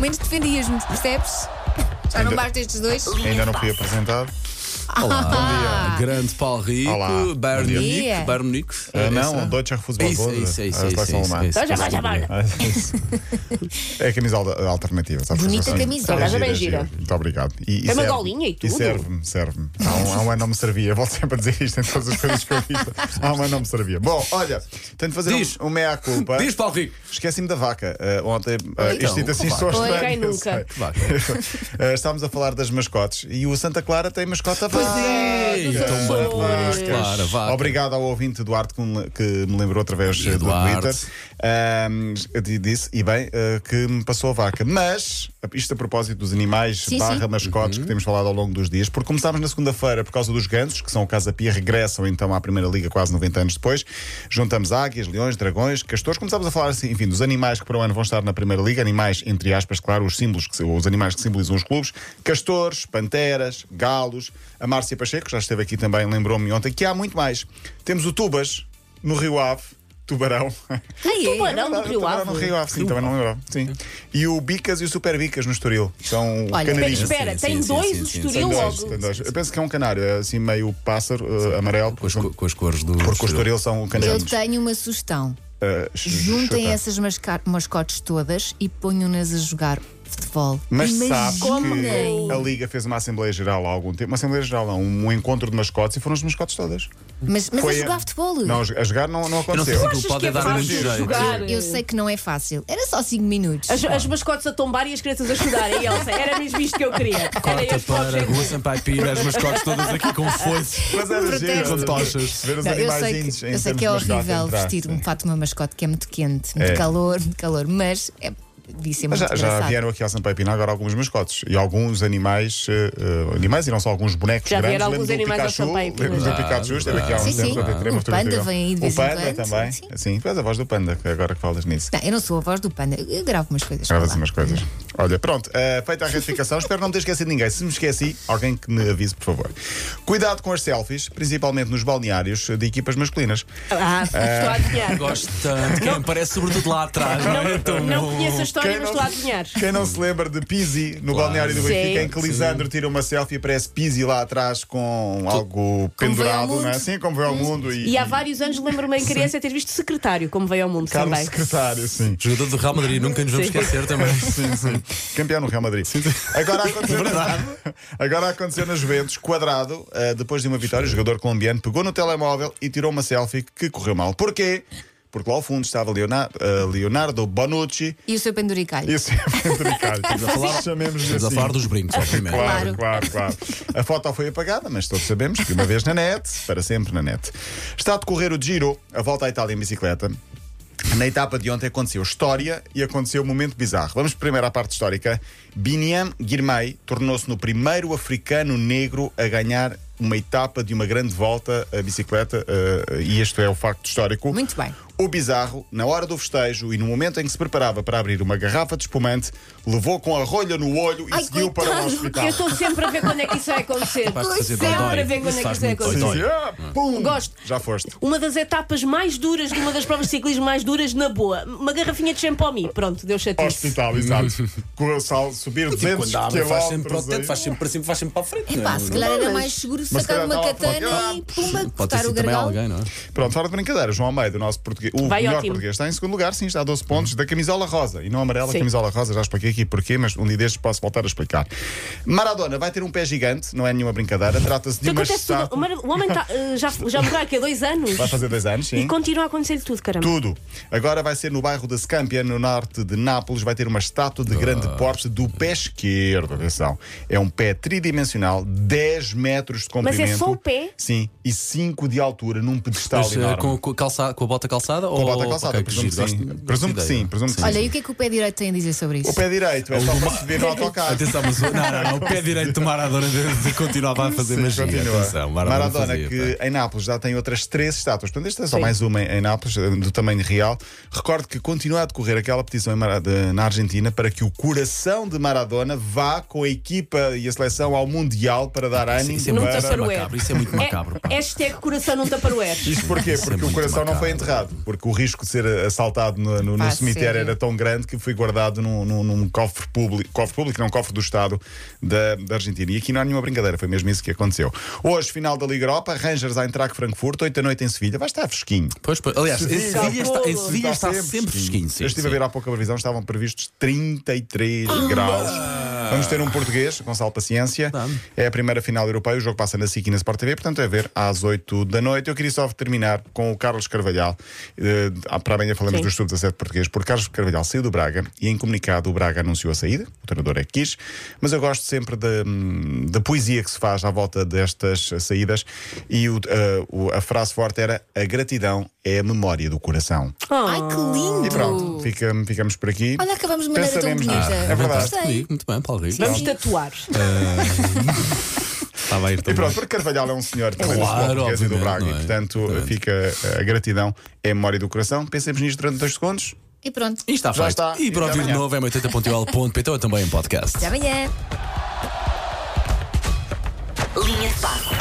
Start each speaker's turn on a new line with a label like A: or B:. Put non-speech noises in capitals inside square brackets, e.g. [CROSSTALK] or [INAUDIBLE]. A: menos defendias-me, percebes? Já não
B: Ainda-
A: basta estes dois?
B: Ainda não fui apresentado.
A: Ah,
C: Grande Paulo Rico,
B: Olá,
C: Bayern
B: bom dia.
C: Munique. Bayern Munique.
B: Ah,
C: É
B: não,
C: essa?
B: o Deutscher
C: É
B: Fußball
C: isso, é isso, é isso.
B: a
C: é isso,
B: seleção
C: é isso,
B: alemã.
C: é isso.
D: Deutscher Fußball.
B: Ah, isso. É a camisola alternativa, sabes? É
A: Bonita
B: Sim,
A: camisola,
D: já bem gira.
B: Muito obrigado. E, e
D: Tem uma
B: serve-
D: golinha e tudo.
B: serve-me, serve-me. Há um, há um ano não me servia. Eu volto sempre a dizer isto em todas as coisas que eu fiz. Há um ano não me servia. Bom, olha, tenho de fazer
C: Diz.
B: um, um meia-culpa.
C: Diz Paulo Rico.
B: Esqueci-me da vaca. Ah, ontem, ah,
C: Então,
B: isto dito assim,
C: que
B: sou
D: vaca?
B: estranho.
D: Ninguém
B: eu
D: nunca.
B: sei.
C: Que vaca?
B: [LAUGHS] Ah, Estávamos a falar das mascotes e o Santa Clara tem mascota
C: Pois
B: vaca.
C: é, então
B: Ah,
C: bem
B: vacas.
C: posto, claro, vaca.
B: Obrigado ao ouvinte Eduardo que me, que me lembrou através eh,
C: Eduardo.
B: do Twitter. Ahm, di- disse, e bem, eh, que me passou a vaca. Mas, isto a propósito dos animais
A: Sim,
B: barra
A: sim.
B: mascotes que temos falado ao longo dos dias, porque começámos na segunda-feira por causa dos gansos, que são o Casa Pia, regressam então à Primeira Liga quase 90 anos depois. Juntamos águias, leões, dragões, castores. Começámos a falar, assim, enfim, dos animais que para o ano vão estar na Primeira Liga, animais, entre aspas, claro, os símbolos, que, se- ou os animais que simbolizam os clubes, castores, panteras, galos. A Márcia Pacheco, já esteve aqui também, lembrou-me ontem, que há muito mais. Temos o Tubas, no Rio Ave, Tubarão. [LAUGHS]
A: Ai, é.
D: Tubarão do
B: Verdade,
D: um
B: também
D: Rio
B: era um No
D: Ave.
B: Rio Ave, sim, também não lembrava. Sim. E o Bicas e o Super Bicas no Estoril. São
A: Olha,
B: canarinhos.
D: Espera, espera,
C: Sim, sim,
D: tem
C: sim,
D: dois
C: sim,
D: o
C: sim,
B: Tem
D: Estoril
B: dois,
D: logo.
B: tem dois. Eu penso que é um canário, é assim meio pássaro, eh, amarelo.
C: Com as, co- com as cores do.
B: Porque o Estoril são
A: Eu
B: canarinhos.
A: tenho uma sugestão.
B: Eh, ch-
A: Juntem
B: chuta.
A: essas masca- mascotes todas e ponham-nas a jogar futebol.
B: Mas
A: Imagina.
B: sabe que a Liga fez uma Assembleia Geral há algum tempo, uma Assembleia Geral, não, um encontro de mascotes e foram as mascotes todas.
A: Mas, mas a
B: Foi a-
A: jogar futebol?
B: Não, a jogar não, não
C: Eu não sei
B: aconteceu.
C: se
D: Achas
C: aquilo
D: que
C: pode
D: é
C: dar muito
D: fácil
C: jeito.
D: jogar?
A: Eu sei que não é fácil. Era só 5 minutos.
D: As, as mascotes a tombar e as crianças a chorarem, Elsa. Era mesmo isto que eu queria. Era
C: Corta
D: este
C: para a
D: objetivo.
C: rua Sampaio Pina, as mascotes todas aqui com foice.
B: Mas era giro,
C: Com tochas.
B: Ver os
A: Não, eu sei
B: animaizinhos
A: que,
B: em
A: eu sei
B: termos
A: que é
B: de mascote
A: horrível
B: entrar,
A: vestir
B: sim.
A: um fato de uma mascote que é muito quente, muito
B: É.
A: calor, muito calor, mas é, devia ser
B: Mas
A: muito
B: já, já
A: engraçado.
B: vieram aqui ao Sampaio Pina agora alguns mascotes e alguns animais, eh, eh, animais e não só alguns bonecos
D: Já
B: grandes.
D: vieram
B: Lembro
D: alguns
B: do
D: animais ao
B: Pikachu,
D: Sampaio Pina.
B: Lembro do Pikachu, esteve aqui há uns
A: Sim, sim.
B: tempos até teremos
A: O
B: outra vez
A: panda
B: dele.
A: vem aí de vez
B: O
A: em
B: panda
A: quando,
B: também.
A: sim,
B: Sim, faz a voz do panda, que agora que falas nisso.
A: Não, eu não sou a voz do panda, eu gravo umas coisas. para
B: Grava-se
A: lá.
B: umas coisas. Olha, pronto, eh, feita a retificação, [LAUGHS] espero não ter esquecido ninguém. Se me esqueci, alguém que me avise, por favor. Cuidado com as selfies, principalmente nos balneários de equipas masculinas.
D: Ah, estou a adivinhar.
C: Gosto tanto. Quem aparece, sobretudo lá atrás, não é? Tão
D: Não
C: bom.
D: conheço a história,
B: Quem
D: mas
B: não-
D: estou a adivinhar.
B: Quem não se lembra de Pizzi no balneário do
D: Sim.
B: Benfica, em que Lisandro tira uma selfie e aparece Pizzi lá atrás com algo
A: veio ao
B: pendurado,
A: mundo.
B: não é? Assim como veio ao mundo e,
D: E há vários anos lembro-me em criança ter visto secretário, como veio ao mundo
B: Carlos
D: também.
B: Secretário, sim.
C: Jogador do Real Madrid, nunca nos vamos
D: Sim.
C: esquecer também.
B: Sim, sim. Campeão no Real Madrid. Agora
C: [LAUGHS]
B: aconteceu, agora aconteceu nas Juventus, quadrado, eh, depois de uma vitória, o jogador colombiano pegou no telemóvel e tirou uma selfie que correu mal. Porquê? Porque lá ao fundo estava Leonardo, eh, Leonardo Bonucci
A: E o seu penduricalho.
B: e o seu
C: é
B: Ricardo. Chamemos-lhe
C: Estamos a
B: assim.
C: falar dos brincos, ao primeiro.
B: Claro,
A: Claro.
B: claro, claro. [LAUGHS] A foto foi apagada, mas todos sabemos que uma vez na net, para sempre na net. Está a decorrer o Giro, a volta à Itália em bicicleta. Na etapa de ontem aconteceu história e aconteceu um momento bizarro. Vamos primeiro à parte histórica. Biniam Girmay tornou-se no primeiro africano negro a ganhar uma etapa de uma grande volta à bicicleta, eh, e este é o facto histórico.
A: Muito bem.
B: O bizarro, na hora do festejo e no momento em que se preparava para abrir uma garrafa de espumante, levou com a rolha no olho e
A: Ai,
B: seguiu para o
A: coitado,
B: hospital.
D: Eu estou sempre a ver quando é que isso vai acontecer.
C: Capaz de fazer
D: Sempre
C: dói-dói.
D: a ver
C: Isso
D: quando é que
C: faz
D: isso vai
C: muito
D: acontecer.
C: dói-dói.
B: Ah, pum!
D: Gosto.
B: Já foste.
D: Uma das etapas mais duras, de uma das provas de ciclismo mais duras, na boa. Uma garrafinha de champomi. Pronto, é deu chatice.
B: Hospital, exato. Correu sal, subir
C: E
B: 200
C: Tipo, quando abre, faz sempre para o
B: quilómetros aí.
C: teto, faz sempre para cima, faz sempre para a frente. não é?
A: Pá, se calhar era mais seguro sacar
B: Mas se calhar
A: uma
B: dá uma
A: katana
B: facada.
A: e puma,
C: Pode ter
A: cortar o
C: sido também
A: gargalo.
C: alguém, não é?
B: Pronto, fora de brincadeira. João Almeida, o nosso português, o
D: Vai
B: melhor
D: ótimo.
B: português, está em segundo lugar, sim, está a 12
C: Uhum.
B: pontos, da camisola rosa. E não amarela,
D: Sim.
B: camisola rosa, já expliquei aqui porquê, mas um dia destes posso voltar a explicar. Maradona vai ter um pé gigante, não é nenhuma brincadeira, trata-se de uma
D: Então acontece tudo. O
B: estátua.
D: mar- O homem tá, eh, já, já morreu aqui há dois anos.
B: Vai fazer dois anos, sim.
D: E continua a acontecer-lhe tudo, caramba.
B: Tudo. Agora vai ser no bairro da Scampia, no norte de Nápoles, vai ter uma estátua de grande
C: Ah.
B: porte do pé esquerdo. Atenção. É um pé tridimensional, 10 metros de comprimento.
D: é só o pé?
B: Sim, e 5 de altura num pedestal
C: Mas, eh,
B: enorme.
C: com, com a calça- com a bota calçada
B: Com
C: ou
B: a bota calçada,
C: Ok,
B: presumo,
C: giro,
B: que sim.
C: gosto- gosto
B: presumo que
C: da
B: sim.
C: ideia.
B: Presumo que
A: Olha,
B: sim.
A: e o que é que o pé direito tem a dizer sobre isso?
B: O pé direito, é só para se ver
C: [LAUGHS]
B: no autocarro.
C: Atenção, mas o- não, não, não, o pé direito do Maradona de- continuava a fazer
B: Sim,
C: magia.
B: continua.
C: Atenção,
B: Maradona,
C: fazia,
B: que
C: pá.
B: em Nápoles já tem outras três estátuas. Portanto, esta é só mais uma em, em Nápoles, eh, do tamanho real. Recordo que continua a decorrer aquela petição em Mara- de- na Argentina para que o coração de Maradona vá com a equipa e a seleção ao Mundial para dar ânimo.
C: Isso é
D: Nunca
C: muito
B: para...
D: parou.
C: macabro, isso é muito macabro. pá.
D: É, hashtag coração não taparoer.
B: Isto porquê?
C: Isso é
B: Porque o
C: muito
B: coração não foi
C: macabro.
B: enterrado. porque o risco de ser assaltado no, no- no
A: Pá,
B: cemitério
A: sério?
B: era tão grande que fui guardado num, num- num cofre público, cofre público, não cofre do Estado da, da Argentina. E aqui não há nenhuma brincadeira, foi mesmo isso que aconteceu. Hoje, final da Liga Europa, Rangers Eintracht Frankfurt, 8 da noite em Sevilha, vai estar fresquinho.
C: Pois, pois. Aliás, em
D: Sevilha.
C: Sevilha está, em
D: Está
C: Sevilha está sempre fresquinho. sim,
B: Eu estive
C: sim. Ah!
B: a ver há pouco a previsão, estavam previstos 33 graus. Vamos ter um português, Gonçalo Paciência.
C: Vamos.
B: É a primeira final europeia, o jogo passa na SIC e na Sport TV, portanto é ver às 8 da noite. Eu queria só terminar com o Carlos Carvalhal. Eh, para amanhã falamos
D: Sim.
B: dos sub-17 português, porque Carlos Carvalhal saiu do Braga e em comunicado o Braga anunciou a saída, o treinador é que quis, mas eu gosto sempre da, hum, da poesia que se faz à volta destas saídas e o- eh, o- a frase forte era a gratidão é a memória do coração.
A: Ai, que lindo!
B: E pronto, fica- ficamos por aqui.
A: Olha, acabamos de maneira tão
B: Pensaremos-
A: bonita.
B: Ah, é verdade.
A: Gostei.
C: Comigo, Muito bem, Paulo Rico.
D: Vamos
A: Sim.
D: tatuar.
C: Estava a ir
B: E
C: tão
B: pronto,
C: bem.
B: porque Carvalhal é um senhor também
C: Claro,
B: do futebol português e do
C: obviamente,
B: Braga,
C: não
B: e
C: é?
B: portanto
C: Obviamente.
B: fica a gratidão, é a memória do coração. Pensemos nisto durante dois segundos.
A: E pronto.
C: E está
B: Já
C: feito.
B: está.
C: E
B: E
C: para
B: até
C: ouvir de
B: amanhã.
C: novo é 80.ol.pt ou também em podcast.
A: Até amanhã.
E: Linha de passe.